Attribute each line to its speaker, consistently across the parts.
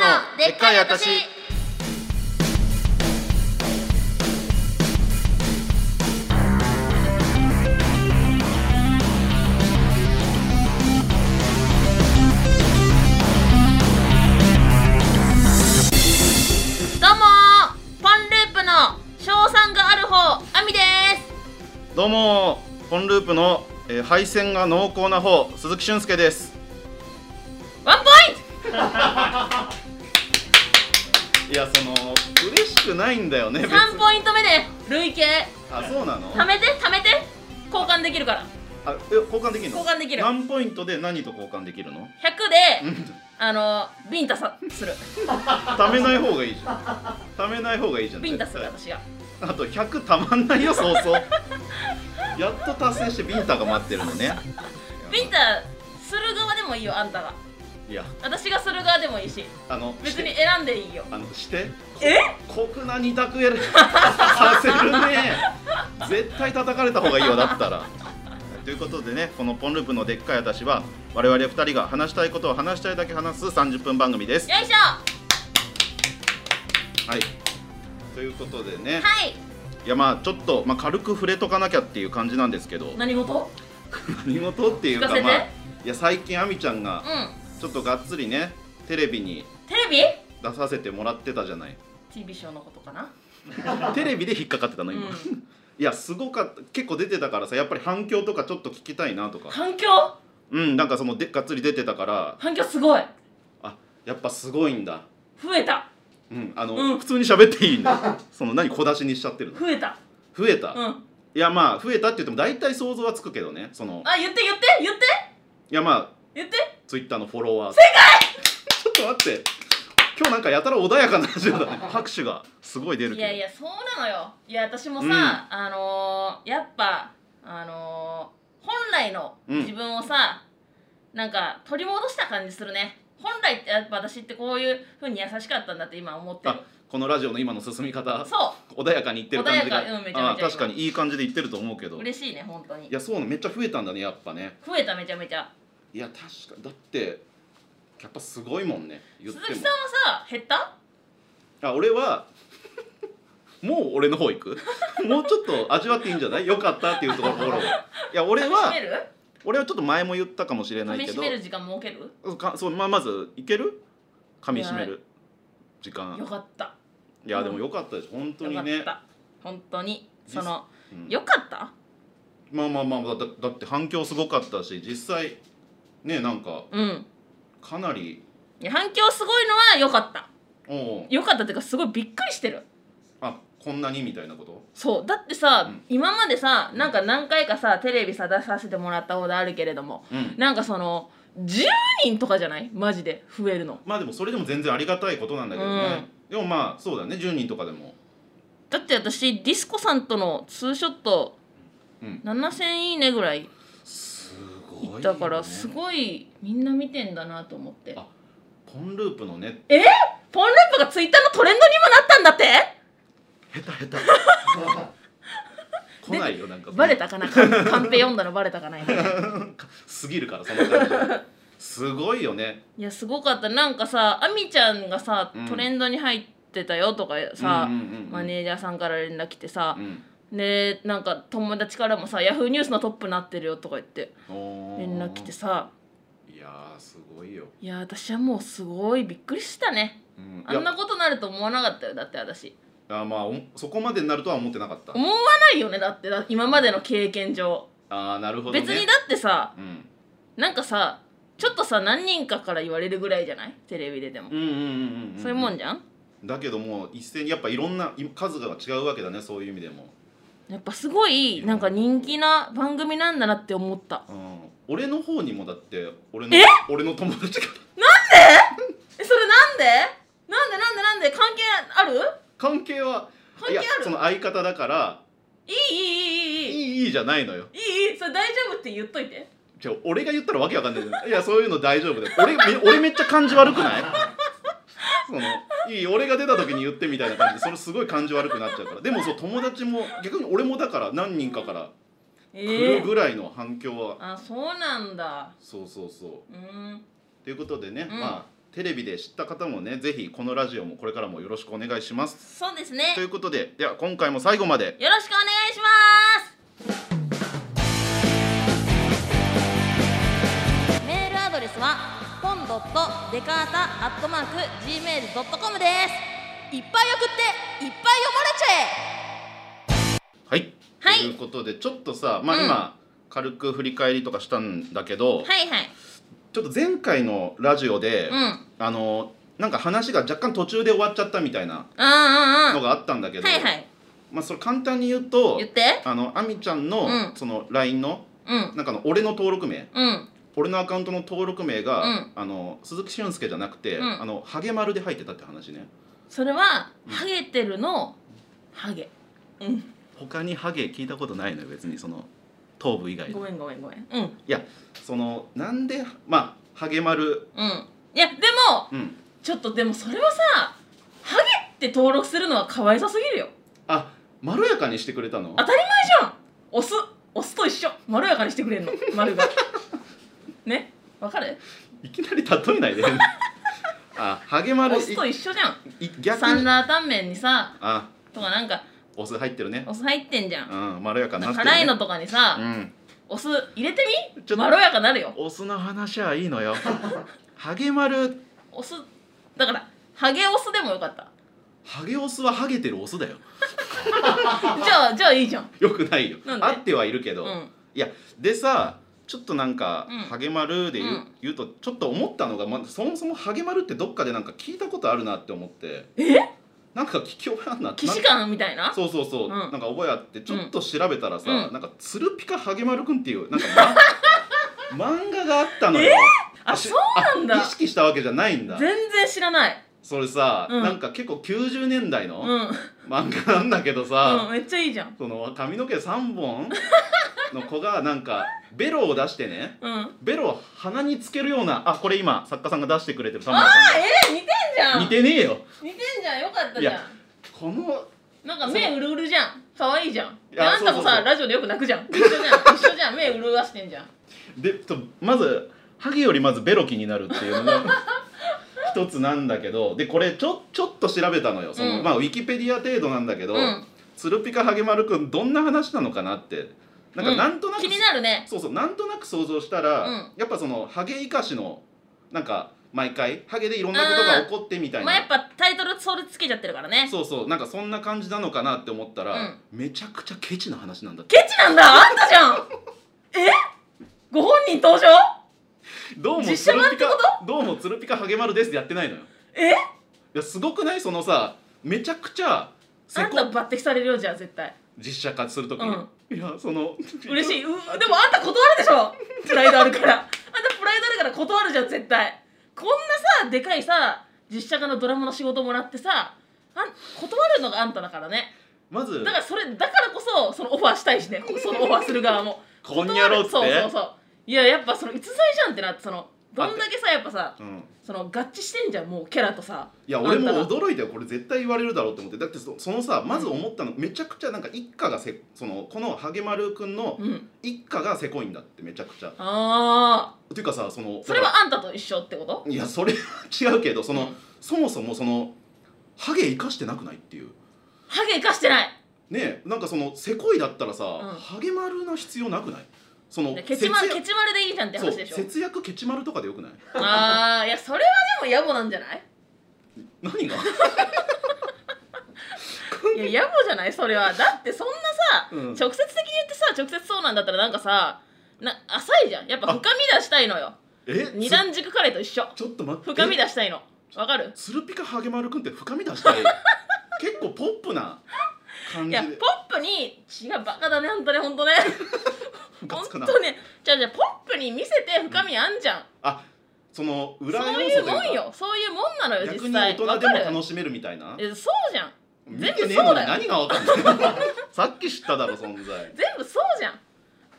Speaker 1: 若い私
Speaker 2: どうもーパンループの賞賛がある方アミです
Speaker 1: どうもコンループの、えー配線が濃厚な方鈴木俊介です
Speaker 2: ワンポイント
Speaker 1: いやその嬉しくないんだよね別に
Speaker 2: 3ポイント目です累計
Speaker 1: あそうなの
Speaker 2: 貯めて貯めて交換できるから
Speaker 1: あえ交換できるの
Speaker 2: 交換できる
Speaker 1: 何ポイントで何と交換できるの
Speaker 2: 100
Speaker 1: う
Speaker 2: で
Speaker 1: ん
Speaker 2: あのービンタさする
Speaker 1: 貯めない方がいいじゃん貯めない方がいいじゃん
Speaker 2: ビンタする
Speaker 1: 絶
Speaker 2: 私が
Speaker 1: 対あと100たまんないよそうそうやっと達成してビンタが待ってるのね
Speaker 2: ビンタする側でもいいよあんたが
Speaker 1: いや
Speaker 2: 私がする側でもいいし
Speaker 1: あの
Speaker 2: 別
Speaker 1: して
Speaker 2: に選んでいいよ
Speaker 1: あのして
Speaker 2: え
Speaker 1: 酷な二択やる させるね絶対叩かれた方がいいよだったらということでねこの「ポンループのでっかい私は」我々2人が話したいことを話したいだけ話す30分番組です
Speaker 2: よいしょは
Speaker 1: はいということでね、
Speaker 2: い
Speaker 1: い、やまあちょっと、まあ、軽く触れとかなきゃっていう感じなんですけど
Speaker 2: 何事
Speaker 1: 何事っていうか
Speaker 2: 聞かせて
Speaker 1: まあいや最近あみちゃんが
Speaker 2: うん
Speaker 1: ちょっとがっつりねテレビに
Speaker 2: テレ
Speaker 1: 出させてもらってたじゃない
Speaker 2: ビ ?TV ショーのことかな
Speaker 1: テレビで引っかかってたの今、
Speaker 2: うん
Speaker 1: いやすごかった結構出てたからさやっぱり反響とかちょっと聞きたいなとか
Speaker 2: 反響
Speaker 1: うんなんかそのでがっつり出てたから
Speaker 2: 反響すごい
Speaker 1: あやっぱすごいんだ
Speaker 2: 増えた
Speaker 1: うんあの、
Speaker 2: うん
Speaker 1: 普通に喋っていいん だその何小出しにしちゃってるの
Speaker 2: 増えた
Speaker 1: 増えた、
Speaker 2: う
Speaker 1: い
Speaker 2: ん
Speaker 1: やまあ増えたって言っても大体想像はつくけどねその
Speaker 2: あ言って言って言って
Speaker 1: いやまあ
Speaker 2: 言って
Speaker 1: ツイッターのフォロワー正解 ちょっと待って今日なんかやたら穏やかなラジオだ ね拍手がすごい出る
Speaker 2: い
Speaker 1: けど
Speaker 2: やいやそうなのよいや私もさ、
Speaker 1: うん
Speaker 2: あのー、やっぱあのー、本来の
Speaker 1: うん
Speaker 2: 自分をさ、なんか取り戻した感じするね本来ってやっぱ私ってこういう風に優しかったんだって今思ってる
Speaker 1: あこのラジオの今の進み方
Speaker 2: そ
Speaker 1: 穏やかにいってる感じが、
Speaker 2: 穏やかうんめちゃめちゃ
Speaker 1: あ確かにいい感じでいってると思うけ
Speaker 2: う
Speaker 1: ど
Speaker 2: 嬉しいね本当
Speaker 1: い
Speaker 2: に
Speaker 1: やそうなのめっちゃ増えたんだねやっぱね
Speaker 2: 増えためちゃめちゃ
Speaker 1: いや確かだってやっぱすごいもんね言っ
Speaker 2: 鈴
Speaker 1: て
Speaker 2: 木さん
Speaker 1: も
Speaker 2: はさ減った
Speaker 1: あ俺はもう俺の方行く もうちょっと味わっていいんじゃないよかったっていうところをいや俺
Speaker 2: 楽
Speaker 1: は
Speaker 2: しめる
Speaker 1: 俺はちょっと前も言ったかもしれない
Speaker 2: 楽
Speaker 1: け
Speaker 2: し
Speaker 1: ど
Speaker 2: める時間設ける
Speaker 1: かそう、まあ、まずいける噛み締める時間
Speaker 2: よかった
Speaker 1: いやでもよかったです本当
Speaker 2: よか
Speaker 1: に
Speaker 2: っ
Speaker 1: ね、
Speaker 2: た本当にその
Speaker 1: うん
Speaker 2: よかった
Speaker 1: まあまあまあだだだって反響すごかったし実際ねなんか
Speaker 2: うん
Speaker 1: かなり
Speaker 2: いや反響すごいのは良かった
Speaker 1: おう
Speaker 2: 良かったっていうかすごいびっくりしてる
Speaker 1: あこんなにみたいなこと
Speaker 2: そうだってさ、
Speaker 1: うん
Speaker 2: 今までさなんか何回かさテレビさ出させてもらったオーダーあるけれども
Speaker 1: うん
Speaker 2: なんかその10人とかじゃないマジで増えるの
Speaker 1: まあでもそれでも全然ありがたいことなんだけどね、でもまあそうだね10人とかでも
Speaker 2: だって私ディスコさんとのツーショット
Speaker 1: うん
Speaker 2: 7000いいねぐらい
Speaker 1: す
Speaker 2: い
Speaker 1: ごい
Speaker 2: ったからす
Speaker 1: い
Speaker 2: ごいみんな見てんだなと思って
Speaker 1: あポンループのね
Speaker 2: ポンループがツイッターのトレンドにもなったんだって
Speaker 1: 下手 下手来ないよなんか
Speaker 2: バレたかなカンカンペ読んだのバレ たかな今
Speaker 1: すぎるからその感じすごいよね
Speaker 2: いやすごかったなんかさあみちゃんがさ
Speaker 1: うん
Speaker 2: トレンドに入ってたよとかさ、
Speaker 1: うんうんうんうん
Speaker 2: マネージャーさんから連絡来てさ
Speaker 1: う、ん
Speaker 2: でなんか友達からもさ「ヤフーニュースのトップになってるよ」とか言って
Speaker 1: おー
Speaker 2: 連絡来てさ
Speaker 1: いやーすごいよ、
Speaker 2: いや私はもうすごいびっくりしたね
Speaker 1: うん、
Speaker 2: あんないことなると思わなかったよだって私
Speaker 1: やあまあおそこまでになるとは思ってなかった
Speaker 2: 思わないよねだってだ今までの経験上、
Speaker 1: ああなるほど、ね、
Speaker 2: 別にだってさ
Speaker 1: うん
Speaker 2: なんかさちょっとさ何人かから言われるぐらいじゃないテレビででも、
Speaker 1: うんうんうんうんうん
Speaker 2: そういうもんじゃん
Speaker 1: だけどもう一斉にやっぱいろんない数が違うわけだねそういう意味でも、
Speaker 2: やっぱすごいなんか人気な番組なんだなって思った
Speaker 1: うん、俺の方にもだって俺の
Speaker 2: え
Speaker 1: 俺の友達が
Speaker 2: えそれなんでなんでなんでなんで関係ある
Speaker 1: 関係は
Speaker 2: 関
Speaker 1: い
Speaker 2: 係
Speaker 1: や
Speaker 2: あ
Speaker 1: そ
Speaker 2: る
Speaker 1: の相方だから
Speaker 2: いいいい
Speaker 1: い
Speaker 2: いいいいいいい
Speaker 1: いいいじゃないのよ
Speaker 2: いいそれ大丈夫って言っといて
Speaker 1: じゃあ俺が言ったらわけわかんないじゃんいやそういうの大丈夫だよ俺め 俺めっちゃ感じ悪くないそのいい俺が出た時に言ってみたいな感じでそれすごい感じ悪くなっちゃうからでもそう友達も逆に俺もだから何人かから来
Speaker 2: ええ
Speaker 1: るぐらいの反響は、
Speaker 2: あそうなんだ
Speaker 1: そうそうそう
Speaker 2: うーん
Speaker 1: ということでね、
Speaker 2: うん
Speaker 1: まあテレビで知った方もねぜひこのラジオもこれからもよろしくお願いします
Speaker 2: そうですね
Speaker 1: ということででは今回も最後まで
Speaker 2: よろしくお願いしますメールアドレスはポンドットデカータアットマーク Gmail.com ですいっぱい送っていっぱい読まれちゃえ
Speaker 1: はい、
Speaker 2: はい
Speaker 1: ということでちょっとさまあ
Speaker 2: うん
Speaker 1: 今、軽く振り返りとかしたんだけど、
Speaker 2: はいはい
Speaker 1: ちょっと前回のラジオで、
Speaker 2: うん
Speaker 1: あのなんか話が若干途中で終わっちゃったみたいな
Speaker 2: うんうんう
Speaker 1: の
Speaker 2: ん
Speaker 1: があったんだけど、
Speaker 2: はいはい
Speaker 1: まあそれ簡単に言うと
Speaker 2: 言って
Speaker 1: あのアミちゃんの、
Speaker 2: うん
Speaker 1: その LINE の
Speaker 2: うん
Speaker 1: なんかの俺の登録名
Speaker 2: うん
Speaker 1: 俺のアカウントの登録名が、
Speaker 2: うん
Speaker 1: あの鈴木俊介じゃなくて、
Speaker 2: うん
Speaker 1: あのハゲ丸で入ってたって話ね
Speaker 2: それは
Speaker 1: うん
Speaker 2: ハゲてるのハゲうん
Speaker 1: 他にハゲ聞いたことないのよ別にその頭部以外で
Speaker 2: ごめんごめんごめんうん
Speaker 1: そのなんでまあハゲ丸
Speaker 2: うんいやでも
Speaker 1: うん
Speaker 2: ちょっとでもそれはさハゲって登録するのはかわいさすぎるよ
Speaker 1: あまろやかにしてくれたの
Speaker 2: 当たり前じゃんオスオスと一緒まろやかにしてくれんの 丸がねわかる
Speaker 1: いきなり例えないであハゲ丸
Speaker 2: オ
Speaker 1: い
Speaker 2: スと一緒じゃん
Speaker 1: い逆
Speaker 2: サン
Speaker 1: に
Speaker 2: ラータンメンにさ
Speaker 1: あ
Speaker 2: とかなんか
Speaker 1: お酢入ってるね
Speaker 2: お酢入ってんじゃん
Speaker 1: うんまろやかになってる、ね、
Speaker 2: 辛いのとかにさ、お酢入れて
Speaker 1: うんちょ
Speaker 2: み
Speaker 1: っと
Speaker 2: まろやかなるよ
Speaker 1: お酢の話はいいのよハゲ丸
Speaker 2: お酢だからハゲオスでもよかった
Speaker 1: ハゲオスはハゲてるオスだよ
Speaker 2: じゃあじゃあいいじゃん
Speaker 1: よくないよ
Speaker 2: なんで
Speaker 1: あってはいるけ
Speaker 2: う
Speaker 1: ど、
Speaker 2: ん
Speaker 1: いやでさちょっとなんか、
Speaker 2: うん
Speaker 1: ハゲ丸で言う,、
Speaker 2: うん
Speaker 1: 言うとちょっと思ったのが、まあ、そもそもハゲ丸ってどっかでなんか聞いたことあるなって思って
Speaker 2: え
Speaker 1: なんか聞き覚えあんなって
Speaker 2: 騎士官みたいな
Speaker 1: そうそうそう、
Speaker 2: うん
Speaker 1: なんか覚えあってちょっと調べたらさ、
Speaker 2: うん
Speaker 1: なんか「つるぴかハゲ丸くん」っていうなんか、 ま、漫画があったのよ、
Speaker 2: あ
Speaker 1: し
Speaker 2: そうなんだ
Speaker 1: あ意識したわけじゃないんだ
Speaker 2: 全然知らない
Speaker 1: それさ、
Speaker 2: うん
Speaker 1: なんか結構90年代
Speaker 2: う
Speaker 1: の
Speaker 2: ん、うん、
Speaker 1: 漫画なんだけどさ、
Speaker 2: めっちゃいいじゃん
Speaker 1: その髪の毛3本の子がなんかベロを出してね
Speaker 2: うんあ
Speaker 1: ベロを鼻につけるようなあこれ今作家さんが出してくれてる田村
Speaker 2: あ
Speaker 1: さ
Speaker 2: えー、似てんじゃ
Speaker 1: ん
Speaker 2: ん
Speaker 1: 似てねえよ
Speaker 2: 似てんじゃんよかった
Speaker 1: い
Speaker 2: じゃ
Speaker 1: や
Speaker 2: ん
Speaker 1: この
Speaker 2: なんか目うるうるじゃん可愛いじゃん
Speaker 1: い
Speaker 2: で
Speaker 1: や
Speaker 2: あんた
Speaker 1: そ
Speaker 2: も
Speaker 1: うそうそ
Speaker 2: さ
Speaker 1: う
Speaker 2: ラジオでよく泣くじゃん一緒じゃ ん一緒じゃん目うるうわしてんじゃん
Speaker 1: でとまずハゲよりまずベロ気になるっていうの が一つなんだけどでこれちょちょっと調べたのよその、
Speaker 2: うん
Speaker 1: まあウィキペディア程度なんだけど、
Speaker 2: うん
Speaker 1: つるぴかハゲ丸くんどんな話なのかなってなん
Speaker 2: う
Speaker 1: か
Speaker 2: ん
Speaker 1: なんとなく、
Speaker 2: 気になるね
Speaker 1: そうそうなんとなく想像したら、
Speaker 2: うん
Speaker 1: やっぱそのハゲイカシのなんか毎回ハゲでいろんなことが起こってみたい
Speaker 2: まあやっ
Speaker 1: な。
Speaker 2: ぱタイトルそれつけちゃってるからね
Speaker 1: そうそうなんかそんな感じなのかなって思ったら、
Speaker 2: うん
Speaker 1: めちゃくちゃケチな話なんだって
Speaker 2: ケチなんだあんたじゃんえご本人登場
Speaker 1: どうも
Speaker 2: 実写版ってこ
Speaker 1: どうもつるぴかハゲ丸ですってやってないのよ
Speaker 2: え
Speaker 1: いやすごくないそのさめちゃくちゃせ
Speaker 2: あん
Speaker 1: こ
Speaker 2: た抜擢されるよじゃあ絶対
Speaker 1: 実写化するときに、いやその
Speaker 2: 嬉しいう
Speaker 1: あ
Speaker 2: でもあんた断るでしょプライドあるからあんたプライドあるから断るじゃん絶対こんなさでかいさ実写化のドラマの仕事もらってさあん断るのがあんただからね
Speaker 1: まず
Speaker 2: だからそれだからこそそのオファーしたいしねこそのオファーする側も
Speaker 1: こんにゃろって
Speaker 2: そうそうそういややっぱその逸材じゃんってなってそのどんだけさやっぱさ
Speaker 1: うん、
Speaker 2: その合致してんじゃんもうキャラとさ
Speaker 1: いや俺も
Speaker 2: あんたが
Speaker 1: 驚いたよこれ絶対言われるだろうと思ってだってそそのさまず思ったのめちゃくちゃなんか一家がせそのこのハゲ丸くんの
Speaker 2: うん
Speaker 1: 一家がせこいんだってめちゃくちゃ
Speaker 2: あ
Speaker 1: っていうかさその
Speaker 2: ーそれ
Speaker 1: だか
Speaker 2: はあんたと一緒ってこと
Speaker 1: らいやそれは違うけどその、
Speaker 2: うん
Speaker 1: そもそもそのハゲ生かしてなくないっていう
Speaker 2: ハゲ生かしてない
Speaker 1: ねえなんかそのせこいだったらさ、
Speaker 2: ん
Speaker 1: ハゲ丸の必要なくないその
Speaker 2: ケチマ
Speaker 1: 節約
Speaker 2: ケチマルでいいじゃんって
Speaker 1: そう
Speaker 2: 話でしょ
Speaker 1: 節約ケチ丸とかでよくない
Speaker 2: あーいやそれはでも野暮なんじゃない
Speaker 1: 何 が、
Speaker 2: いや野暮じゃないそれはだってそんなさ
Speaker 1: うん、
Speaker 2: 直接的に言ってさ直接そうなんだったらなんかさな浅いじゃんやっぱ深み出したいのよ
Speaker 1: え
Speaker 2: 二段軸カレーと一緒
Speaker 1: ちょちょっと待って
Speaker 2: 深み出したいのわかる
Speaker 1: つるぴかハゲ丸くんって深み出したい 結構ポップな感
Speaker 2: い
Speaker 1: じ
Speaker 2: や
Speaker 1: で
Speaker 2: ポップに血がバカだねあんたねほんとね
Speaker 1: ムカ
Speaker 2: ほん
Speaker 1: つくな
Speaker 2: とねじゃあじゃあポップに見せて深みあんじゃん、
Speaker 1: あその裏
Speaker 2: そう
Speaker 1: 要
Speaker 2: い
Speaker 1: 素
Speaker 2: う
Speaker 1: と
Speaker 2: もん
Speaker 1: いうか
Speaker 2: よそういうもんなのよ
Speaker 1: 逆
Speaker 2: 実
Speaker 1: に
Speaker 2: 際
Speaker 1: 大人でも
Speaker 2: わか
Speaker 1: 楽しめるみたいな
Speaker 2: るえそうじゃん
Speaker 1: 見
Speaker 2: 全部
Speaker 1: てねえの
Speaker 2: そう
Speaker 1: に
Speaker 2: だよ
Speaker 1: 何がわかんない さっき知っただろ存在
Speaker 2: 全部そうじゃん
Speaker 1: あ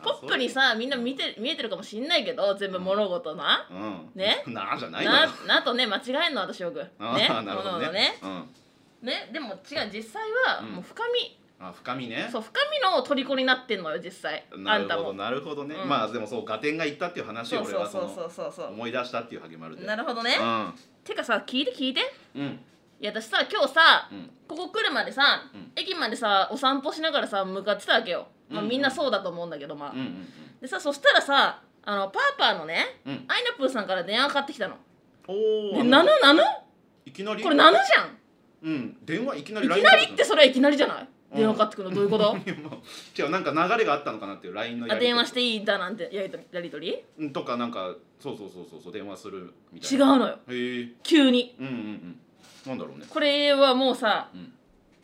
Speaker 2: ポップにさみんな見て見えてるかもしんないけど全部物事な、
Speaker 1: うん
Speaker 2: ね
Speaker 1: なあじゃないのよ
Speaker 2: ななとね間違えんの私よくね
Speaker 1: ああなるほど
Speaker 2: 物
Speaker 1: ね
Speaker 2: のね
Speaker 1: うん
Speaker 2: ねでも違う実際は
Speaker 1: うん
Speaker 2: もう深み、
Speaker 1: あ深みね
Speaker 2: そう深みの虜になってんのよ実際
Speaker 1: な
Speaker 2: あ
Speaker 1: る
Speaker 2: んた
Speaker 1: ほど
Speaker 2: も
Speaker 1: なるほどね、
Speaker 2: うん
Speaker 1: まあでもそう合点がいったっていう話を
Speaker 2: そ
Speaker 1: 俺
Speaker 2: うそう
Speaker 1: はそ
Speaker 2: そう
Speaker 1: の
Speaker 2: そうそうそう
Speaker 1: 思い出したっていうハゲマルで
Speaker 2: なるほどねてかさ聞いて聞いて
Speaker 1: うんうん
Speaker 2: いや私さ今日さ
Speaker 1: うん
Speaker 2: ここ来るまでさ、
Speaker 1: うん
Speaker 2: 駅までさお散歩しながらさ向かってたわけよ、まあ、
Speaker 1: うんうん
Speaker 2: みんなそうだと思うんだけどまあ、
Speaker 1: うんうん
Speaker 2: でさそしたらさあのパーパーのね
Speaker 1: うんうん
Speaker 2: アイナプーさんから電話かかってきたの「
Speaker 1: お
Speaker 2: で
Speaker 1: お
Speaker 2: なぬなぬ
Speaker 1: いきなり
Speaker 2: これなぬじゃん
Speaker 1: うん電話いきなり
Speaker 2: い
Speaker 1: LINE
Speaker 2: きなりってそれはいきなりじゃない
Speaker 1: うん
Speaker 2: 電話かかってくるのどういうこと
Speaker 1: 違うなんか流れがあったのかなっていう LINE の
Speaker 2: あ
Speaker 1: やり取り
Speaker 2: 電話していいんだなんてやりとやりとり
Speaker 1: うんとかなんかそうそうそうそうそう電話するみた
Speaker 2: 違
Speaker 1: いうな違う
Speaker 2: のよ
Speaker 1: へえ
Speaker 2: 急に
Speaker 1: うんうんうんなんだろうね
Speaker 2: これはもうさ
Speaker 1: うん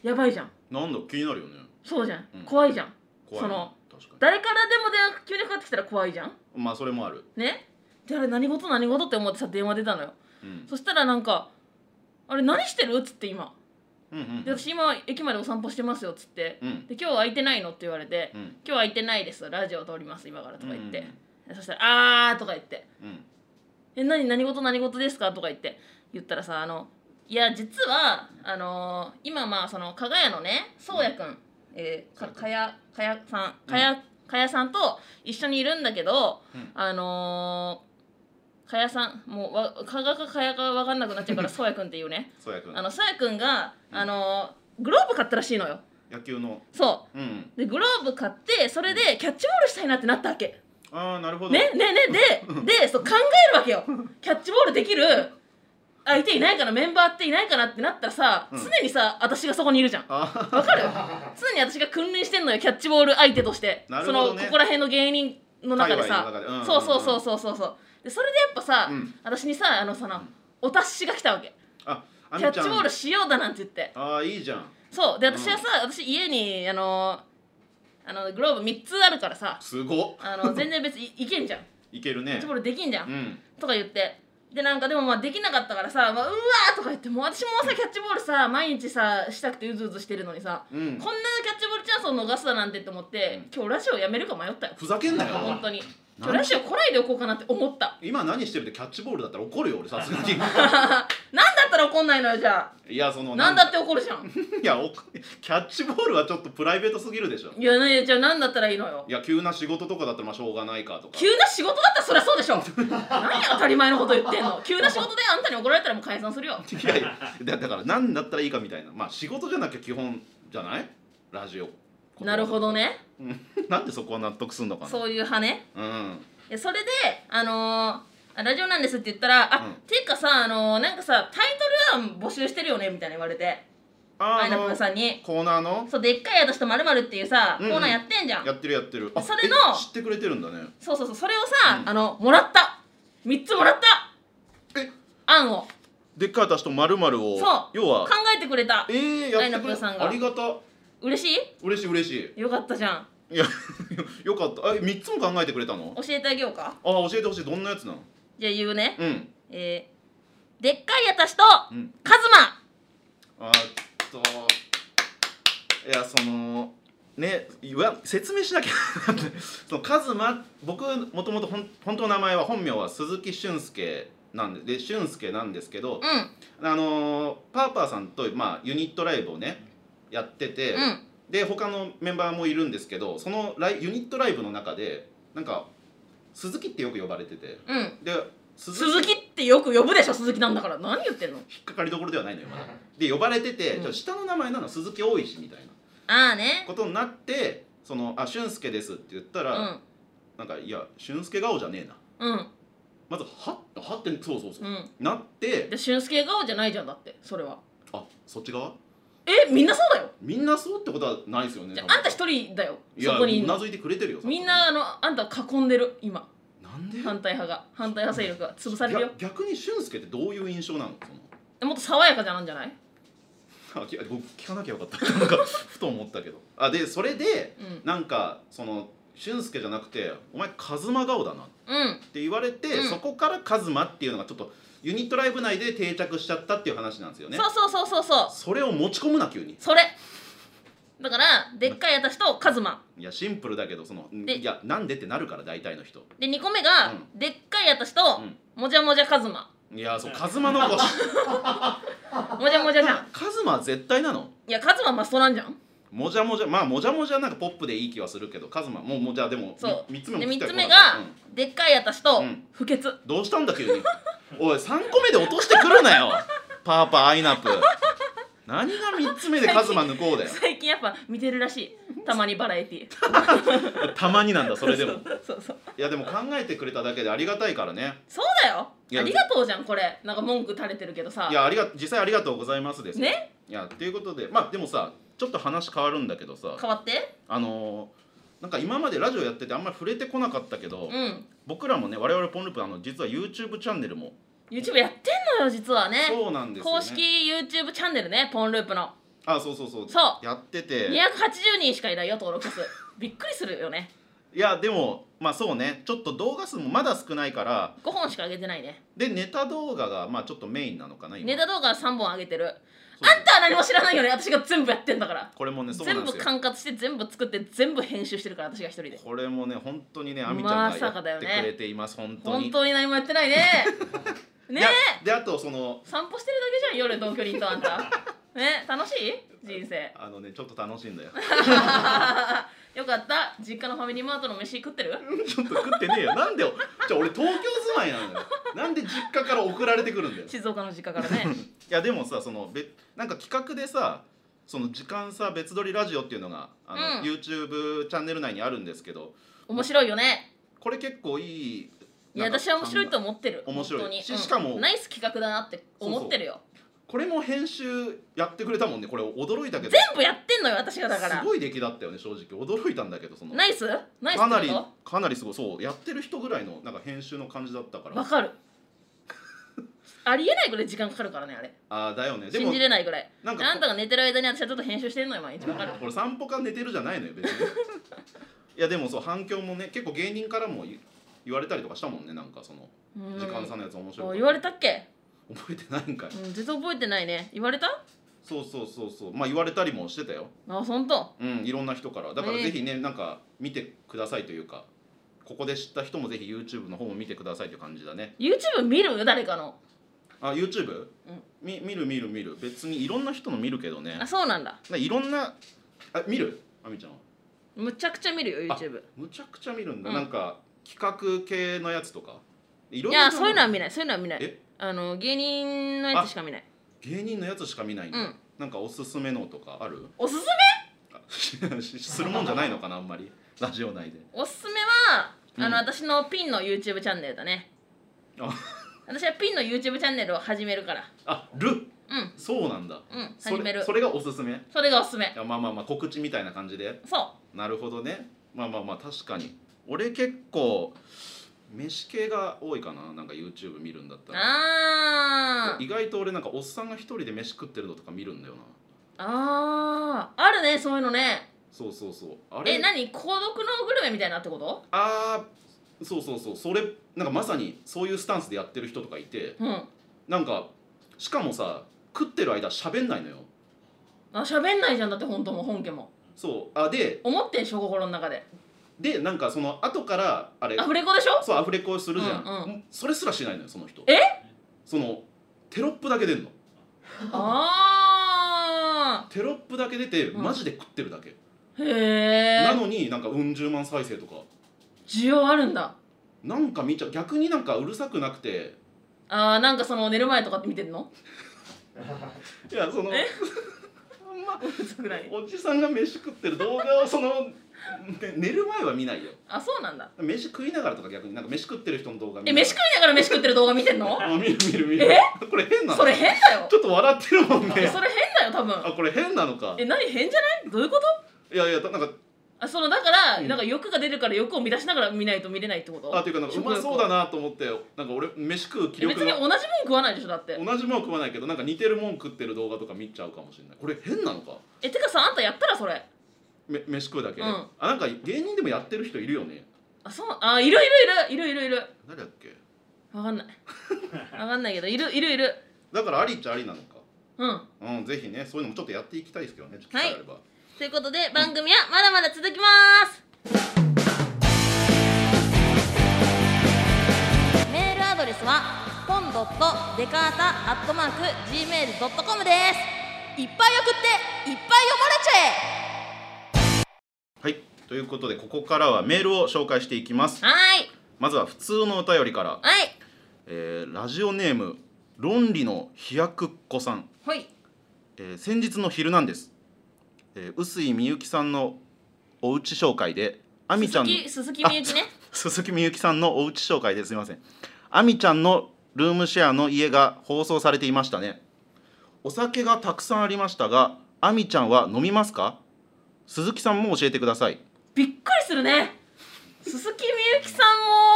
Speaker 2: やばいじゃん
Speaker 1: なんだ気になるよね
Speaker 2: そうじゃん、
Speaker 1: うん
Speaker 2: 怖いじゃん
Speaker 1: 怖い
Speaker 2: その
Speaker 1: 確か
Speaker 2: 誰からでも電話急にかかってきたら怖いじゃん
Speaker 1: にまあそれもある
Speaker 2: ねであれ何事何事って思ってさ電話出たのよ
Speaker 1: うん
Speaker 2: そしたらなんか「あれ何してる?」っつって今
Speaker 1: うんうんうん
Speaker 2: で私今駅までお散歩してますよっつって
Speaker 1: うん
Speaker 2: で今日空いてないのって言われて
Speaker 1: う
Speaker 2: 「
Speaker 1: ん
Speaker 2: 今日空いてないですラジオ通ります今から」とか言って、そしたら「あー」とか言って
Speaker 1: うん
Speaker 2: 「え何何事何事ですか?」とか言って言ったらさあのいや実はあのー今まあその加賀屋のね宗谷くん、えー、か
Speaker 1: そうやくん
Speaker 2: かやかやさんかや,、かやさんと一緒にいるんだけど、
Speaker 1: うん
Speaker 2: あのーかやさんもうわかがかかやか分かんなくなっちゃうか ら宗谷くんっていうね
Speaker 1: そうやくん
Speaker 2: あの宗谷くんが、
Speaker 1: うん
Speaker 2: あのーグローブ買ったらしいのよ
Speaker 1: 野球の
Speaker 2: そ
Speaker 1: うんうん
Speaker 2: うでグローブ買ってそれでキャッチボールしたいなってなったわけ。
Speaker 1: ああなるほど
Speaker 2: ねねねででそう考えるわけよキャッチボールできる相手いないかなメンバーっていないかなってなったらさ、
Speaker 1: うん
Speaker 2: 常にさ私がそこにいるじゃん
Speaker 1: あ
Speaker 2: わかる常に私が君臨してんのよキャッチボール相手として、
Speaker 1: なる
Speaker 2: そ
Speaker 1: ほ
Speaker 2: の
Speaker 1: どね
Speaker 2: ここら辺の芸人の中でさ
Speaker 1: 界隈の中でうんうんうん
Speaker 2: そうそうそうそうそうそうでそれでやっぱさ、
Speaker 1: うん
Speaker 2: 私にさあのそのお達しが来たわけ
Speaker 1: ああみ
Speaker 2: キ
Speaker 1: ちゃん
Speaker 2: ャッチボールしようだなんて言って
Speaker 1: ああいいじゃん
Speaker 2: そうで私はさ、私家にあのあのグローブ3つあるからさ
Speaker 1: すご
Speaker 2: あの全然別にいいけんじゃんキ
Speaker 1: いける
Speaker 2: ャッ
Speaker 1: ね
Speaker 2: チボールできんじゃん
Speaker 1: うん
Speaker 2: とか言ってでなんかでもまあできなかったからさ「まあ、うわ!」とか言ってもう私もさキャッチボールさ毎日さしたくてうずうずしてるのにさ、
Speaker 1: う
Speaker 2: こん
Speaker 1: ん
Speaker 2: なキャッチボールチャンスを逃すだなんてって思って、
Speaker 1: うん
Speaker 2: 今日ラジオやめるか迷ったよ
Speaker 1: ふざけんな
Speaker 2: 本
Speaker 1: よ
Speaker 2: 当に今日ラジオ来ないでおこうかなって思った
Speaker 1: 今何してるってキャッチボールだったら怒るよ俺さすがに
Speaker 2: なんだったら怒んないのよじゃ
Speaker 1: いやそ
Speaker 2: あ
Speaker 1: の
Speaker 2: なんだって怒るじゃん
Speaker 1: いやおキャッチボールはちょっとプライベートすぎるでしょ
Speaker 2: いやねじゃあなんだったらいいのよ
Speaker 1: いや急な仕事とかだったらまあしょうがないかとか
Speaker 2: 急な仕事だったらそりゃそうでし ょ何や当たり前のこと言ってんの急な仕事であんたに怒られたらもう解散するよ
Speaker 1: いやいやだだから何だったらいいかみたいなまあ仕事じゃなきゃ基本じゃないラジオ
Speaker 2: なるほどね
Speaker 1: うん なんでそこは納得すんのかな
Speaker 2: そういう派ね
Speaker 1: うん
Speaker 2: いやそれであのーあラジオなんですって言ったら「あ、
Speaker 1: うん
Speaker 2: ていうかさあのーなんかさタイトル案募集してるよね」みたいな言われて
Speaker 1: あ
Speaker 2: アイ
Speaker 1: ー
Speaker 2: ナ
Speaker 1: あ
Speaker 2: プー
Speaker 1: の
Speaker 2: さんに
Speaker 1: コーナーの
Speaker 2: 「そうでっかい私とまるっていうさ、
Speaker 1: うんうん
Speaker 2: コーナーやってんじゃん
Speaker 1: やってるやってるあ
Speaker 2: それの
Speaker 1: え知ってくれてるんだね
Speaker 2: そうそうそうそれをさ、
Speaker 1: うん
Speaker 2: あのもらった3つもらった
Speaker 1: え
Speaker 2: 案を
Speaker 1: でっかい私とまるを
Speaker 2: そう
Speaker 1: 要
Speaker 2: 考
Speaker 1: は
Speaker 2: えてくれた
Speaker 1: えー、やってく
Speaker 2: アイナプー
Speaker 1: れ
Speaker 2: さんが
Speaker 1: ありがた
Speaker 2: 嬉し
Speaker 1: 嬉しい嬉し
Speaker 2: いよかったじゃん
Speaker 1: いいや よかったえ三つも考えてくれたの
Speaker 2: 教えてあげようか
Speaker 1: あー教えてほしいどんなやつなの
Speaker 2: じゃあ言うね、
Speaker 1: うん
Speaker 2: えー、でっかい私と
Speaker 1: うん
Speaker 2: カズマ
Speaker 1: あっといやそのねいわ説明しなきゃ そのカズマ僕もともと本当の名前は本名は鈴木俊介なんでで俊介なんですけど、
Speaker 2: うん
Speaker 1: あのーパーパーさんと、まあ、ユニットライブをねやってて、
Speaker 2: うん
Speaker 1: で他のメンバーもいるんですけどそのライユニットライブの中でなんか鈴木ってよく呼ばれてて
Speaker 2: うん
Speaker 1: で鈴
Speaker 2: 鈴木ってよく呼ぶでしょ鈴木なんだから何言ってんの
Speaker 1: 引っかかりどころではないのよまだで呼ばれてて、
Speaker 2: うん
Speaker 1: じゃあ下の名前なの鈴木大石みたいな
Speaker 2: ああね
Speaker 1: ことになって「そのあ俊介です」って言ったら、
Speaker 2: う
Speaker 1: なんか「いや俊介顔じゃねえな」
Speaker 2: んうん
Speaker 1: まず「はっ」はってそうそうそう、
Speaker 2: うん
Speaker 1: なって
Speaker 2: で俊介顔じゃないじゃんだってそれは
Speaker 1: あそっち側
Speaker 2: えみんなそうだよ
Speaker 1: みんなそうってことはないですよね
Speaker 2: じゃ
Speaker 1: 多分
Speaker 2: ああんた一人だよ
Speaker 1: い
Speaker 2: そ
Speaker 1: や
Speaker 2: こにいん
Speaker 1: う
Speaker 2: の
Speaker 1: なずいてくれてるよ
Speaker 2: みんなあのあんたを囲んでる今
Speaker 1: なんで
Speaker 2: 反対派が反対派勢力が潰されるよ
Speaker 1: 逆逆に俊介ってどういう印象なのそ
Speaker 2: もっと爽やかじゃなんじゃない
Speaker 1: のあき 僕聞かなきゃよかった なんかふと思ったけどあでそれで
Speaker 2: うん
Speaker 1: なんかその俊介じゃなくて「お前カズマ顔だな」
Speaker 2: うん
Speaker 1: って言われて、
Speaker 2: うん
Speaker 1: そこからカズマっていうのがちょっとユニットライブ内で定着しちゃったっていう話なんですよね
Speaker 2: そうそうそうそうそう
Speaker 1: それを持ち込むな急に
Speaker 2: それだからでっかい私とカズマ
Speaker 1: いやシンプルだけどそのん
Speaker 2: で
Speaker 1: いやなんでってなるから大体の人
Speaker 2: で2個目が、
Speaker 1: うん
Speaker 2: でっかい私と、
Speaker 1: うん
Speaker 2: もじゃもじゃカズマ
Speaker 1: いやそうカズ マのこと
Speaker 2: もじゃもじゃじゃん
Speaker 1: カズマは絶対なの
Speaker 2: いやカズママストなんじゃん
Speaker 1: もじゃもじゃまあもじゃもじゃなんかポップでいい気はするけどカズマもうもうじゃあでも
Speaker 2: そう
Speaker 1: み三つ目も
Speaker 2: で
Speaker 1: 食ってこ
Speaker 2: 3つ
Speaker 1: な
Speaker 2: 目
Speaker 1: い
Speaker 2: が
Speaker 1: うん、
Speaker 2: でっかい私と
Speaker 1: うん
Speaker 2: 不潔、
Speaker 1: どうしたんだ急におい3個目で落としてくるなよパーパーアイナップ何が3つ目でカズマ抜こうだよ
Speaker 2: 最近やっぱ見てるらしいたまにバラエティー
Speaker 1: たまになんだそれでも
Speaker 2: そうそう
Speaker 1: いやでも考えてくれただけでありがたいからね
Speaker 2: そうだよ
Speaker 1: いや
Speaker 2: ありがとうじゃんこれなんか文句垂れてるけどさ
Speaker 1: いやありが実際ありがとうございますですよ
Speaker 2: ね
Speaker 1: いやっていうことでまあでもさちょっと話変わるんだけどさ
Speaker 2: 変わって
Speaker 1: あのーなんか今までラジオやっててあんまり触れてこなかったけど、
Speaker 2: うん
Speaker 1: 僕らもね我々ポンループあの実は YouTube チャンネルも
Speaker 2: YouTube やってんのよ実はね
Speaker 1: そうなんですよ、ね、
Speaker 2: 公式 YouTube チャンネルねポンループの
Speaker 1: あそうそうそう
Speaker 2: そう
Speaker 1: やってて
Speaker 2: 280人しかいないよ登録数びっくりするよね
Speaker 1: いやでもまあそうねちょっと動画数もまだ少ないから
Speaker 2: 5本しか上げてないね
Speaker 1: でネタ動画がまあちょっとメインなのかな今
Speaker 2: ネタ動画3本上げてる
Speaker 1: そう
Speaker 2: あんたは何も知らないよね私が全部やってんだから
Speaker 1: これもねそうな
Speaker 2: 全
Speaker 1: んで
Speaker 2: 部
Speaker 1: すよ
Speaker 2: 管轄して全部作って全部編集してるから私が一人で
Speaker 1: これもね本当にねあみちゃん
Speaker 2: ま
Speaker 1: が
Speaker 2: さかだ
Speaker 1: やっ
Speaker 2: よ
Speaker 1: て
Speaker 2: ね
Speaker 1: くれています、本当に
Speaker 2: 本当に何もやってないね ね
Speaker 1: でであとその
Speaker 2: 散歩してるだけじゃん夜同居人とあんたね楽しい人生
Speaker 1: あのねちょっと楽しいんだよ
Speaker 2: よかった実家のファミリーマートの飯食ってる
Speaker 1: ちょっと食ってねえよなんでよじゃあ俺東京住まいなんだよなんで実家から送られてくるんだよ
Speaker 2: 静岡の実家からね
Speaker 1: いやでもさそのべなんか企画でさその時間差別撮りラジオっていうのがあの、
Speaker 2: うん
Speaker 1: YouTube チャンネル内にあるんですけど
Speaker 2: 面白いよね
Speaker 1: これ結構いい
Speaker 2: いや
Speaker 1: なんか
Speaker 2: 私は面白いと思ってる
Speaker 1: 面白い
Speaker 2: 本当に
Speaker 1: ししかも
Speaker 2: うんナイス企画だなって思ってるよ
Speaker 1: これも編集やってくれたもんねこれ驚いたけど
Speaker 2: 全部やってんのよ私がだから
Speaker 1: すごい出来だったよね正直驚いたんだけどその
Speaker 2: ナイスナイス
Speaker 1: かな
Speaker 2: っ
Speaker 1: り
Speaker 2: てこ
Speaker 1: かなりすごいそうやってる人ぐらいのなんか編集の感じだったか
Speaker 2: とわ
Speaker 1: ら
Speaker 2: かるありえないぐらい時間かかるからねあれ
Speaker 1: ああだよねで
Speaker 2: 信
Speaker 1: も
Speaker 2: じれないぐらい
Speaker 1: な
Speaker 2: なんん
Speaker 1: か
Speaker 2: あんたが寝てる間に私はちょっと編集してんのよ毎日わかる
Speaker 1: これ散歩か寝てるじゃないのよ別 にいやでもそう反響もね結構芸人からも言言われたりとかしたもんねなんかその
Speaker 2: うん
Speaker 1: 時間差のやつ面白
Speaker 2: お
Speaker 1: い
Speaker 2: 言われたっけ
Speaker 1: 覚えてないんかい
Speaker 2: うん全然覚えてないね言われた
Speaker 1: そうそうそうそうまあ言われたりもしてたよ
Speaker 2: あほんと
Speaker 1: うんいろんな人からだから
Speaker 2: ね
Speaker 1: ぜひねなんか見てくださいというかここで知った人もぜひ YouTube の方も見てくださいという感じだね
Speaker 2: YouTube 見る誰かの
Speaker 1: あ YouTube、
Speaker 2: うん
Speaker 1: み見る見る見る別にいろんな人の見るけどね
Speaker 2: あそうなんだ
Speaker 1: ないろんなあ見るあみちゃんは
Speaker 2: むちゃくちゃ見るよ YouTube
Speaker 1: むちゃくちゃ見るんだ、
Speaker 2: うん
Speaker 1: なんか企画系のやつとかいろ
Speaker 2: い
Speaker 1: んな
Speaker 2: やそういうのは見ないそういうのは見ない
Speaker 1: え
Speaker 2: あの芸人のやつしか見ない
Speaker 1: 芸人のやつしか見ないんだ、
Speaker 2: うん
Speaker 1: なんかおすすめのとかある
Speaker 2: おすすめ
Speaker 1: あ するもんじゃないのかなあんまりラジオ内で
Speaker 2: おすすめはあの、
Speaker 1: うん
Speaker 2: 私のピンの YouTube チャンネルだね
Speaker 1: あ
Speaker 2: 私はピンの YouTube チャンネルを始めるから
Speaker 1: ある
Speaker 2: うん
Speaker 1: そうなんだ、
Speaker 2: うん
Speaker 1: それ
Speaker 2: 始める
Speaker 1: それがおすすめい
Speaker 2: それがおすすめ
Speaker 1: やまあまあまあ告知みたいな感じで
Speaker 2: そ
Speaker 1: なるほどねまあまあまあ確かに俺結構飯系が多いかななんか YouTube 見るんだった
Speaker 2: う
Speaker 1: ら
Speaker 2: あー
Speaker 1: 意外と俺なんかおっさんが一人で飯食ってるのとか見るんだよな
Speaker 2: あーあるねそういうのね
Speaker 1: そうそうそうあれ
Speaker 2: え何孤独のグルメみたいなってこと
Speaker 1: あーそうそうそうそれなんかまさにそういうスタンスでやってる人とかいて
Speaker 2: うん
Speaker 1: なんかしかもさ食ってる間喋んないのよ
Speaker 2: あ喋んないじゃんだって本当も本家も
Speaker 1: そうあで
Speaker 2: 思ってんしょ心の中で
Speaker 1: でなんかその後からあれ
Speaker 2: アフレコでしょ
Speaker 1: そうアフレコするじゃん、
Speaker 2: うんう
Speaker 1: それすらしないのよその人
Speaker 2: え
Speaker 1: そのテロップだけ出んの
Speaker 2: あ
Speaker 1: テロップだけ出て
Speaker 2: うん
Speaker 1: マジで食ってるだけ、
Speaker 2: あへ
Speaker 1: な
Speaker 2: え
Speaker 1: のになんかうん十万再生とか
Speaker 2: 需要あるんだ
Speaker 1: なんか見ちゃう逆になんかうるさくなくて
Speaker 2: あーなんかその寝る前とかって見てんの
Speaker 1: いやその
Speaker 2: え
Speaker 1: あんま
Speaker 2: ぐらい
Speaker 1: おじさんが飯食ってる動画をその、ね寝る前は見ないよ
Speaker 2: あそうなんだ
Speaker 1: 飯食いながらとか逆になんか飯食ってる人の動画見
Speaker 2: え
Speaker 1: ない
Speaker 2: 飯食いながら飯食ってる動画見てんの
Speaker 1: あ見る見る見るこれ変なの
Speaker 2: それ変だよ
Speaker 1: ちょっと笑ってるもん
Speaker 2: それ
Speaker 1: ね
Speaker 2: 変だよ多分
Speaker 1: あこれ変なのか
Speaker 2: え何変じゃないどういうこと
Speaker 1: いやいやなんか
Speaker 2: あそのだから、
Speaker 1: うん
Speaker 2: なんか欲が出るから欲を満たしながら見ないと見れないってこと
Speaker 1: あというかなんかうまそうだなと思ってなんか俺飯食う気
Speaker 2: え別
Speaker 1: 力
Speaker 2: に
Speaker 1: が
Speaker 2: 同じもん食わないでしょだって
Speaker 1: 同じもん食わないけどなんか似てるもん食ってる動画とか見ちゃうかもしれないこれ変なのか
Speaker 2: えてかさあんたやったらそれ
Speaker 1: め飯食うだけ、
Speaker 2: うん
Speaker 1: あなんか芸人でもやってる人いるよね
Speaker 2: あそうあいるいるいるいるいるいる
Speaker 1: 誰だっけ
Speaker 2: わか んないわかんないけどいるいるいる
Speaker 1: だからありっちゃありなのか
Speaker 2: うん
Speaker 1: うんぜひねそういうのもちょっとやっていきたいですけどね機
Speaker 2: はい
Speaker 1: 会あれば、
Speaker 2: ということで番組はまだまだ続きまーす、メールアドレスはポンドットデカータアットマーク Gmail.com ですいっぱい送っていっぱい読まれちゃえ
Speaker 1: ということでここからはメールを紹介していきます
Speaker 2: はーい
Speaker 1: まずは普通のお便りから、
Speaker 2: はい
Speaker 1: えーラジオネーム論理の飛躍っ子さん、
Speaker 2: ほい
Speaker 1: えー先日の「昼なんです」えー臼井美幸さんのおうち紹介であみちゃんの
Speaker 2: 鈴木鈴木みゆきね
Speaker 1: 鈴木みゆきさんのおうち紹介ですみませんあみちゃんのルームシェアの家が放送されていましたねお酒がたくさんありましたがあみちゃんは飲みますか鈴木さんも教えてください
Speaker 2: びっくりするね鈴木みゆきさ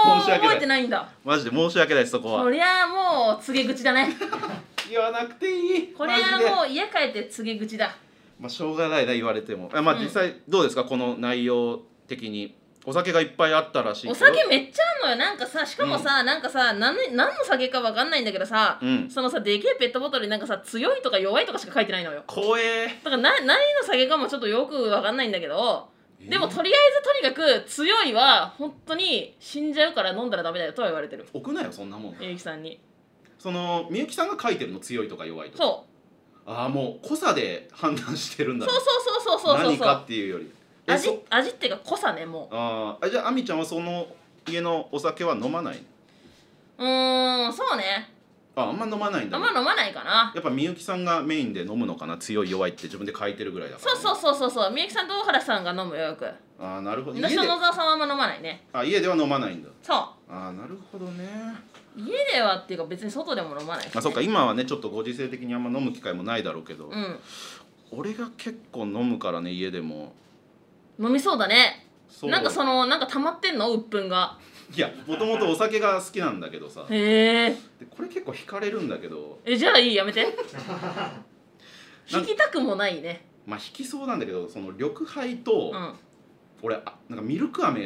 Speaker 2: んも
Speaker 1: 申し訳ない
Speaker 2: 覚えてないんだ
Speaker 1: マジで申し訳ないですそこ
Speaker 2: こ
Speaker 1: は
Speaker 2: りゃあもう告げ口だね
Speaker 1: 言わなくていい
Speaker 2: これ
Speaker 1: マジで
Speaker 2: はもう家帰って告げ口だ
Speaker 1: まあしょうがないな言われてもあまあ
Speaker 2: うん
Speaker 1: 実際どうですか、この内容的にお酒がいっぱいあったらしいけど
Speaker 2: お酒めっちゃあんのよなんかさしかもさ、なんかさ何何の酒かわかんないんだけどさ、
Speaker 1: うん
Speaker 2: そのさでけえペットボトルになんかさ強いとか弱いとかしか書いてないのよ
Speaker 1: 怖え
Speaker 2: だからな何の酒かもちょっとよくわかんないんだけどでもとりあえずとにかく強いは本当に死んじゃうから飲んだらダメだよとは言われてる
Speaker 1: 置くなよそんなもん
Speaker 2: みゆきさんに
Speaker 1: そのみゆきさんが書いてるの強いとか弱いとか
Speaker 2: そ
Speaker 1: ああもう濃さで判断してるん
Speaker 2: う
Speaker 1: だ
Speaker 2: そう
Speaker 1: ね
Speaker 2: そうそうそうそう
Speaker 1: 何
Speaker 2: そ
Speaker 1: か
Speaker 2: う
Speaker 1: っていうよりえ
Speaker 2: 味
Speaker 1: そ
Speaker 2: 味っていうか濃さねも
Speaker 1: あーあじゃああみちゃんはその家のお酒は飲まないう
Speaker 2: うーんそうね
Speaker 1: ああんま飲まないん
Speaker 2: あ
Speaker 1: だ
Speaker 2: ん
Speaker 1: ね
Speaker 2: ま飲まないかな
Speaker 1: やっぱみゆきさんがメインで飲むのかな強い弱いって自分で書いてるぐらいだから
Speaker 2: そ
Speaker 1: ね、
Speaker 2: うそうそうそうそうみゆきさんと大原さんが飲むよよく
Speaker 1: ああなるほど家
Speaker 2: 私
Speaker 1: で
Speaker 2: と野沢さんはあんま飲まないね
Speaker 1: あ家では飲まないんだ
Speaker 2: そ
Speaker 1: ああなるほどね
Speaker 2: う家ではっていうか別に外でも飲まないしね
Speaker 1: まあそっか今はねちょっとご時世的にあんま飲む機会もないだろうけど、
Speaker 2: うん
Speaker 1: 俺が結構飲むからね家でも
Speaker 2: 飲みそうだね
Speaker 1: そう
Speaker 2: なんかそのなんか溜まってんの鬱憤が
Speaker 1: いやもともとお酒が好きなんだけどさ
Speaker 2: へえ
Speaker 1: でこれ結構惹かれるんだけど
Speaker 2: えじゃあいいやめて引きたくもないね
Speaker 1: まあ引きそうなんだけどその緑杯と、
Speaker 2: うん
Speaker 1: 俺あなんかミルク飴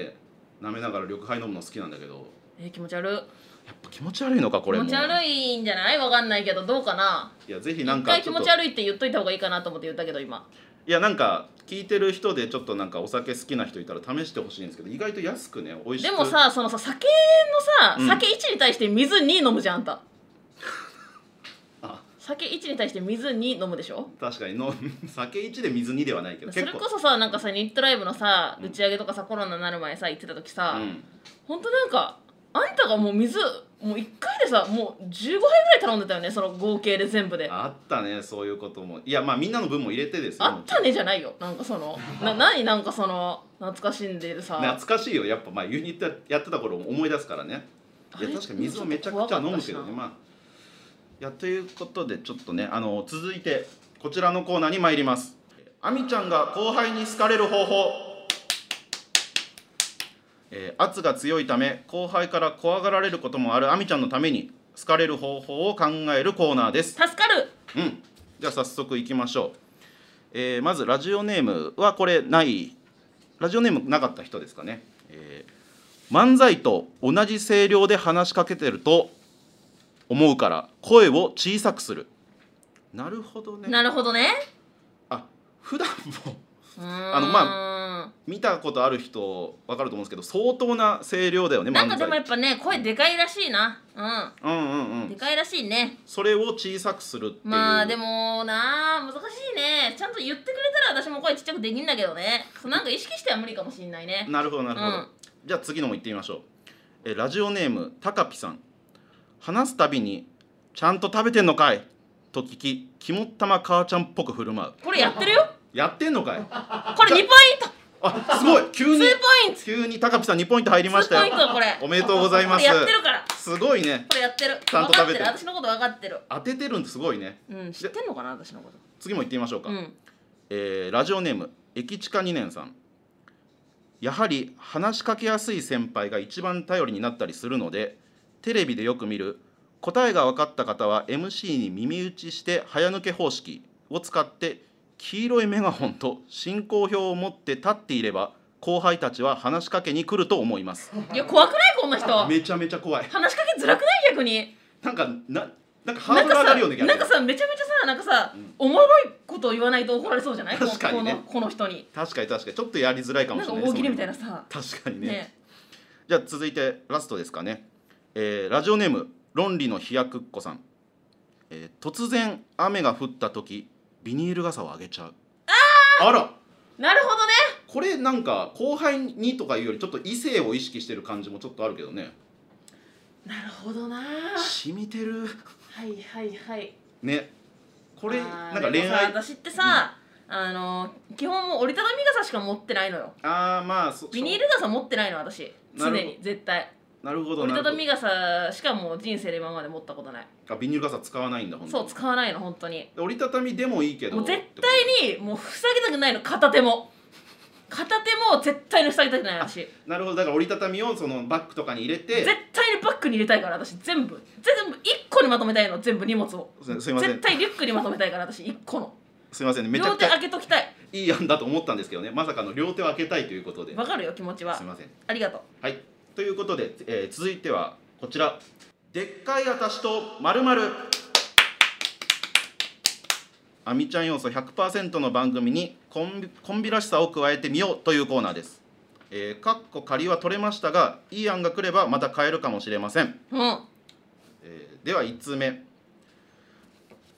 Speaker 1: 舐めながら緑杯飲むの好きなんだけど
Speaker 2: え気持ち悪い
Speaker 1: やっぱ気持ち悪いのかこ
Speaker 2: 気
Speaker 1: れも
Speaker 2: 持ち悪いんじゃないわかんないけどどうかない
Speaker 1: やぜひな
Speaker 2: 一
Speaker 1: んか
Speaker 2: 回
Speaker 1: ち
Speaker 2: 気
Speaker 1: ょっ
Speaker 2: 持
Speaker 1: と
Speaker 2: ち悪いって言っといた方がいいかなと思って言ったけど今
Speaker 1: いやなんか聞いてる人でちょっとなんかお酒好きな人いたら試してほしいんですけど意外と安くね美味しく
Speaker 2: でもさそのさ酒のさ、
Speaker 1: うん
Speaker 2: 酒1に対して水2飲むじゃんあんた
Speaker 1: あ
Speaker 2: 酒1に対して水2飲むでしょ
Speaker 1: 確かにの 酒1で水2ではないけど
Speaker 2: それ
Speaker 1: 結
Speaker 2: こ
Speaker 1: 構
Speaker 2: そさなんかさユニットライブのさ
Speaker 1: うん
Speaker 2: 打ち上げとかさコロナになる前さ行ってた時さ、
Speaker 1: うん、
Speaker 2: ほんとなんかあんたがもう水もう1回でさもう15杯ぐらい頼んでたよねその合計で全部であ
Speaker 1: あったねそういうこともいやまあみんなの分も入れてですよ
Speaker 2: ったねじゃないよなんかそのな何なんかその懐かしんでるさ
Speaker 1: 懐かしいよやっぱまあユニットやってた頃思い出すからねいや
Speaker 2: あれ
Speaker 1: 確かに水をめちゃくちゃ飲むけ
Speaker 2: ち
Speaker 1: ど
Speaker 2: ょっと怖かったし
Speaker 1: ね
Speaker 2: な
Speaker 1: まあいやということでちょっとねあの続いてこちらのコーナーに参りますあみちゃんが後輩に好かれる方法えー圧が強いため後輩から怖がられることもあるあみちゃんのために好かれる方法を考えるコーナーです
Speaker 2: 助かる
Speaker 1: うんじゃあ早速いきましょう、えーまずラジオネームはこれないラジオネームなかった人ですかね、えー漫才と同じ声量で話しかけてると思うから声を小さくするなるほどね
Speaker 2: なるほどね
Speaker 1: あ普段も
Speaker 2: あ
Speaker 1: の
Speaker 2: まあ
Speaker 1: 見たことある人分かると思うんですけど相当な声量だよね
Speaker 2: な
Speaker 1: 漫
Speaker 2: んか
Speaker 1: 才
Speaker 2: でもやっぱね声でかいらしいなうん
Speaker 1: うんうんう
Speaker 2: で
Speaker 1: ん
Speaker 2: かいらしいね
Speaker 1: それを小さくするっていう
Speaker 2: まあでもなあ難しいねちゃんと言ってくれたら私も声ちっちゃくできんだけどねそうなんか意識しては無理かもしんないね
Speaker 1: なるほどなるほど、
Speaker 2: うん
Speaker 1: じゃあ次のも行ってみましょうえラジオネームたかぴさん話すたびに「ちゃんと食べてんのかい?」と聞き肝っ玉母ちゃんっぽく振る舞う
Speaker 2: これやってるよ
Speaker 1: やってんのかい
Speaker 2: これ2ポイント
Speaker 1: あすご い急
Speaker 2: 2
Speaker 1: に
Speaker 2: ポイント
Speaker 1: 急にたかぴさん2ポイント入りまし
Speaker 2: 2ポ
Speaker 1: た
Speaker 2: イン
Speaker 1: よ
Speaker 2: トこれ
Speaker 1: おめでとうござい
Speaker 2: こ
Speaker 1: ま
Speaker 2: れ
Speaker 1: す
Speaker 2: やってるから
Speaker 1: すごいね
Speaker 2: これやってる
Speaker 1: ちゃんと食べてる
Speaker 2: 分かってる私のこと分かってる
Speaker 1: 当ててるんですごいね
Speaker 2: うん知ってんのかな私のこ
Speaker 1: 次も行ってみましょうか、
Speaker 2: とうん
Speaker 1: えーラジオネーム駅近2年さんやはり話しかけやすい先輩が一番頼りになったりするのでテレビでよく見る答えが分かった方は MC に耳打ちして早抜け方式を使って黄色いメガホンと進行表を持って立っていれば後輩たちは話しかけに来ると思います
Speaker 2: いや怖くないこんな人話
Speaker 1: めちゃめちゃ怖い
Speaker 2: しかけづらくない逆に
Speaker 1: なんかななんかハ
Speaker 2: な
Speaker 1: ー
Speaker 2: ん
Speaker 1: ドル上
Speaker 2: か
Speaker 1: が
Speaker 2: さ
Speaker 1: るよね逆に
Speaker 2: なんかさめちゃめちゃさなんかさ、
Speaker 1: うん
Speaker 2: おもろいことを言わないと怒られそうじゃない
Speaker 1: 確かにね
Speaker 2: このこの人に
Speaker 1: 確かに確かにちょっとやりづらいかも
Speaker 2: なん
Speaker 1: し
Speaker 2: か
Speaker 1: れない
Speaker 2: 大喜利みたいなさ
Speaker 1: 確かに
Speaker 2: ね
Speaker 1: じゃあ続いてラストですかね、えーラジオネーム論理の飛躍っ子さん、えー突然雨が降った時ビニール傘をあげちゃうあら
Speaker 2: なるほどね
Speaker 1: これなんか後輩にとかいうよりちょっと異性を意識してる感じもちょっとあるけどね
Speaker 2: なるほどなは
Speaker 1: 染みてる
Speaker 2: いはいはい
Speaker 1: ねこれ
Speaker 2: あ
Speaker 1: な
Speaker 2: ー
Speaker 1: んか
Speaker 2: で
Speaker 1: 恋
Speaker 2: もさ
Speaker 1: 愛
Speaker 2: 私ってさ、あの基本もう折りたたみ傘しか持ってないのよ
Speaker 1: ああまあそ
Speaker 2: ビニール傘持ってないの私
Speaker 1: な
Speaker 2: 常
Speaker 1: るほど
Speaker 2: に絶対
Speaker 1: なるほど
Speaker 2: 折
Speaker 1: な
Speaker 2: り
Speaker 1: る
Speaker 2: た
Speaker 1: ほ
Speaker 2: た
Speaker 1: ど
Speaker 2: み傘しかもう人生で今まで持ったことない
Speaker 1: あビニール傘使わないんだほん
Speaker 2: そう使わないの本当に
Speaker 1: 折りたたみでもいいけど
Speaker 2: もう絶対にもう塞ぎたくないの片手も片手も絶対に塞ぎたくない私
Speaker 1: なるほどだから折りたたみをそのバッグとかに入れて
Speaker 2: 絶対にバッグに入れたいから私全部全部1個にまとめたいの全部荷物を
Speaker 1: すすいません
Speaker 2: 絶対リュックにまとめたいから私1個の
Speaker 1: すいませんねめちゃ
Speaker 2: 両
Speaker 1: く
Speaker 2: 手
Speaker 1: ちゃ
Speaker 2: 開けときたい
Speaker 1: いい案だと思ったんですけどねまさかの両手を開けたいということで
Speaker 2: わかるよ気持ちは
Speaker 1: すいません
Speaker 2: ありがとう
Speaker 1: はいということで、えー続いてはこちらでっかい私とまるまるあみちゃん要素100%の番組にコンビコンビらしさを加えてみようというコーナーですえー、かっこ仮は取れましたがいい案が来ればまた変えるかもしれません、
Speaker 2: うん
Speaker 1: えーでは1通目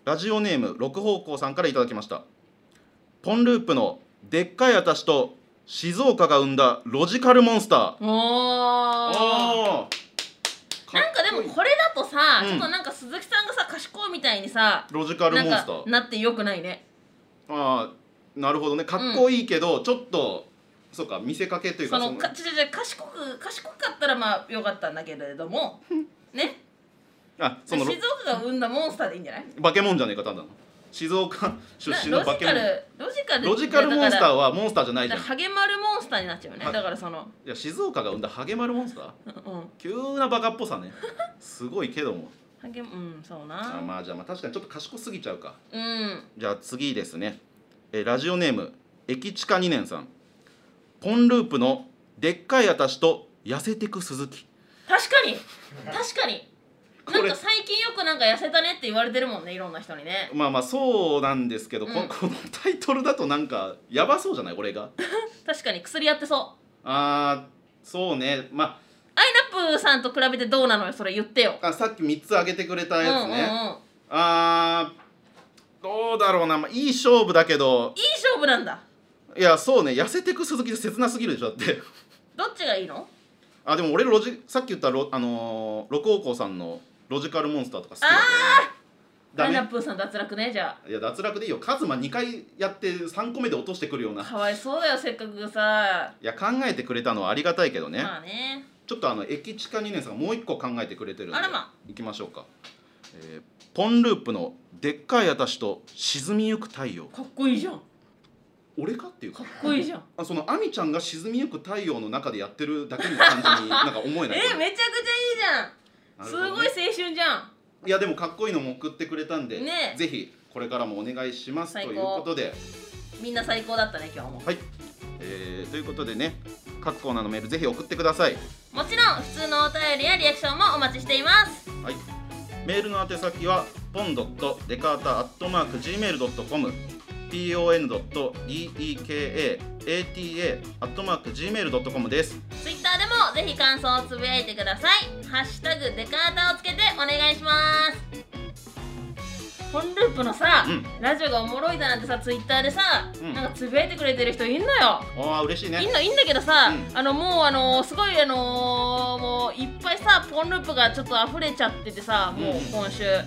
Speaker 1: ラジオネーム六方向さんからいただきましたポンループのでっかい私と静岡が生んだロジカルモンスター
Speaker 2: おー
Speaker 1: あー
Speaker 2: なんかでもこれだとさ、
Speaker 1: うん
Speaker 2: ちょっとなんか鈴木さんがさ賢いみたいにさ
Speaker 1: ロジカルモ
Speaker 2: な
Speaker 1: ン
Speaker 2: ん
Speaker 1: スタ
Speaker 2: か
Speaker 1: ー
Speaker 2: なってよくないね
Speaker 1: ああなるほどねかっこいいけど、ちょっとそうか見せかけという
Speaker 2: そ
Speaker 1: かそ
Speaker 2: の
Speaker 1: の
Speaker 2: かちょちょちょ賢く賢かったらまあよかったんだけれ どもね
Speaker 1: あそ
Speaker 2: 静
Speaker 1: の
Speaker 2: 岡が生んだモンスターでいいんじゃない
Speaker 1: バケモンじゃねえかただの静岡出身の
Speaker 2: なロ
Speaker 1: バ
Speaker 2: ジ
Speaker 1: ケモ
Speaker 2: カ
Speaker 1: ン
Speaker 2: ルロジカル
Speaker 1: ロジカルモンスターはモンスターじゃない
Speaker 2: だ
Speaker 1: じ
Speaker 2: か
Speaker 1: ゃん
Speaker 2: ら
Speaker 1: い
Speaker 2: ハゲマルモンスターになっちゃうよね
Speaker 1: は
Speaker 2: だからその
Speaker 1: や静岡が生んだハゲマルモンスター
Speaker 2: うんうん
Speaker 1: 急なバカっぽさ ねすごいけども
Speaker 2: ハゲうんそう
Speaker 1: あ
Speaker 2: な
Speaker 1: まあじゃあまあ確かにちょっと賢すぎちゃうか
Speaker 2: うん
Speaker 1: じゃあ次ですねえーラジオネーム駅地下2年さんポンループのでっかい私と痩せてく鈴木
Speaker 2: 確かに確かに
Speaker 1: こ
Speaker 2: な
Speaker 1: れ
Speaker 2: んか最近よくなんか痩せたねって言われてるもんねいろんな人にね
Speaker 1: まあまあそうなんですけど、こ
Speaker 2: うん
Speaker 1: このタイトルだとなんかやばそうじゃない俺が
Speaker 2: 確かに薬やってそう
Speaker 1: あーそうねま
Speaker 2: アイナップーさんと比べてどうなのよそれ言ってよ、
Speaker 1: ああさっき3つ挙げてくれた
Speaker 2: うんうん
Speaker 1: や
Speaker 2: う
Speaker 1: つ
Speaker 2: ん
Speaker 1: ね、
Speaker 2: いい
Speaker 1: あーどうだろうな、まあ、いい勝負だけど
Speaker 2: 勝負なんだ
Speaker 1: いやそうね痩せてく鈴木切なすぎるでしょだって
Speaker 2: どっちがいいの
Speaker 1: あでも俺ロジさっき言ったロ、あのー、六王校さんの「ロジカルモンスター」とか好きだけど
Speaker 2: アイ
Speaker 1: ねダ
Speaker 2: ナッ
Speaker 1: メ
Speaker 2: プーさん脱落ねじゃ
Speaker 1: いや脱落でいいよカズマ2回やって3個目で落としてくるよう
Speaker 2: あ
Speaker 1: な
Speaker 2: かわいそうだよせっかくさ
Speaker 1: いや考えてくれたのはありがたいけどね、
Speaker 2: まあね
Speaker 1: ちょっとあの駅地下2年さんがもう一個考えてくれてるんで
Speaker 2: あらま
Speaker 1: 行きましょうか、えーポンループの「でっかい私と沈みゆく太陽
Speaker 2: かっこいいじゃんか」
Speaker 1: 俺かっていうか
Speaker 2: っこい いじゃん
Speaker 1: あその亜美ちゃんが沈みゆく太陽の中でやってるだけの感じになんか思え
Speaker 2: え
Speaker 1: ない
Speaker 2: めちゃくちゃ
Speaker 1: な
Speaker 2: いいじゃんす
Speaker 1: るほどね
Speaker 2: ごい青春じゃん
Speaker 1: いやでもかっこいいのも送ってくれたんで、
Speaker 2: ね
Speaker 1: ぜひこれからもお願いしますと
Speaker 2: 最
Speaker 1: い
Speaker 2: 高
Speaker 1: うことで
Speaker 2: みんな最高だったね今日も
Speaker 1: はい、えーということでね各コーナーのメールぜひ送ってください
Speaker 2: もちろん普通のお便りやリアクションもお待ちしています
Speaker 1: はい、メールの宛先はポンドットデカータアットマーク Gmail.com pon.deekata アットマーク Gmail.com です
Speaker 2: Twitter でもぜひ感想をつぶやいてください「ハッシュタグデカータ」をつけてお願いしますポンループのさ、
Speaker 1: うん
Speaker 2: ラジオがおもろいだなんてさ Twitter でさ、
Speaker 1: うん
Speaker 2: なんかつぶやいてくれてる人いんのよ
Speaker 1: ああ嬉しい
Speaker 2: いん
Speaker 1: ね
Speaker 2: のいいんだけどさ、
Speaker 1: うん
Speaker 2: あのもうあのすごいあのもういっぱいさポンループがちょっと溢れちゃっててさもう
Speaker 1: うん
Speaker 2: 今週、
Speaker 1: う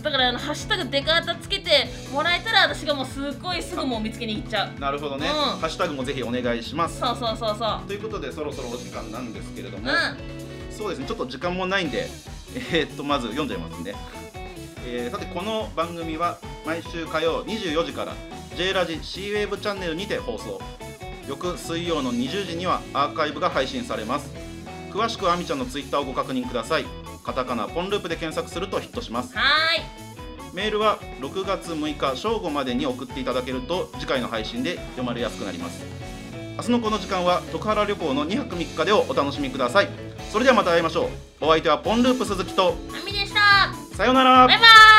Speaker 2: だからあの「ハッシュタグデカータ」つけてもらえたら私がもうすっごいすぐもう見つけに行っちゃうん
Speaker 1: なるほどね、
Speaker 2: うん
Speaker 1: ハッシュタグもぜひお願いします
Speaker 2: そうそうそうそう
Speaker 1: ということでそろそろお時間なんですけれど
Speaker 2: うん
Speaker 1: も、そうですねちょっと時間もないんでえーっとまず読んじゃいますね、えーさてこの番組は毎週火曜24時から J ラジ C ウェーブチャンネルにて放送翌水曜の20時にはアーカイブが配信されます詳しくはあみちゃんのツイッターをご確認くださいカタカナポンループで検索するとヒットします
Speaker 2: はーい
Speaker 1: メールは6月6日正午までに送っていただけると次回の配信で読まれやすくなります明日のこの時間は徳原旅行の2泊3日でをお楽しみくださいそれではまた会いましょうお相手はポンループ鈴木と
Speaker 2: あみでした
Speaker 1: さようなら
Speaker 2: バイバーイ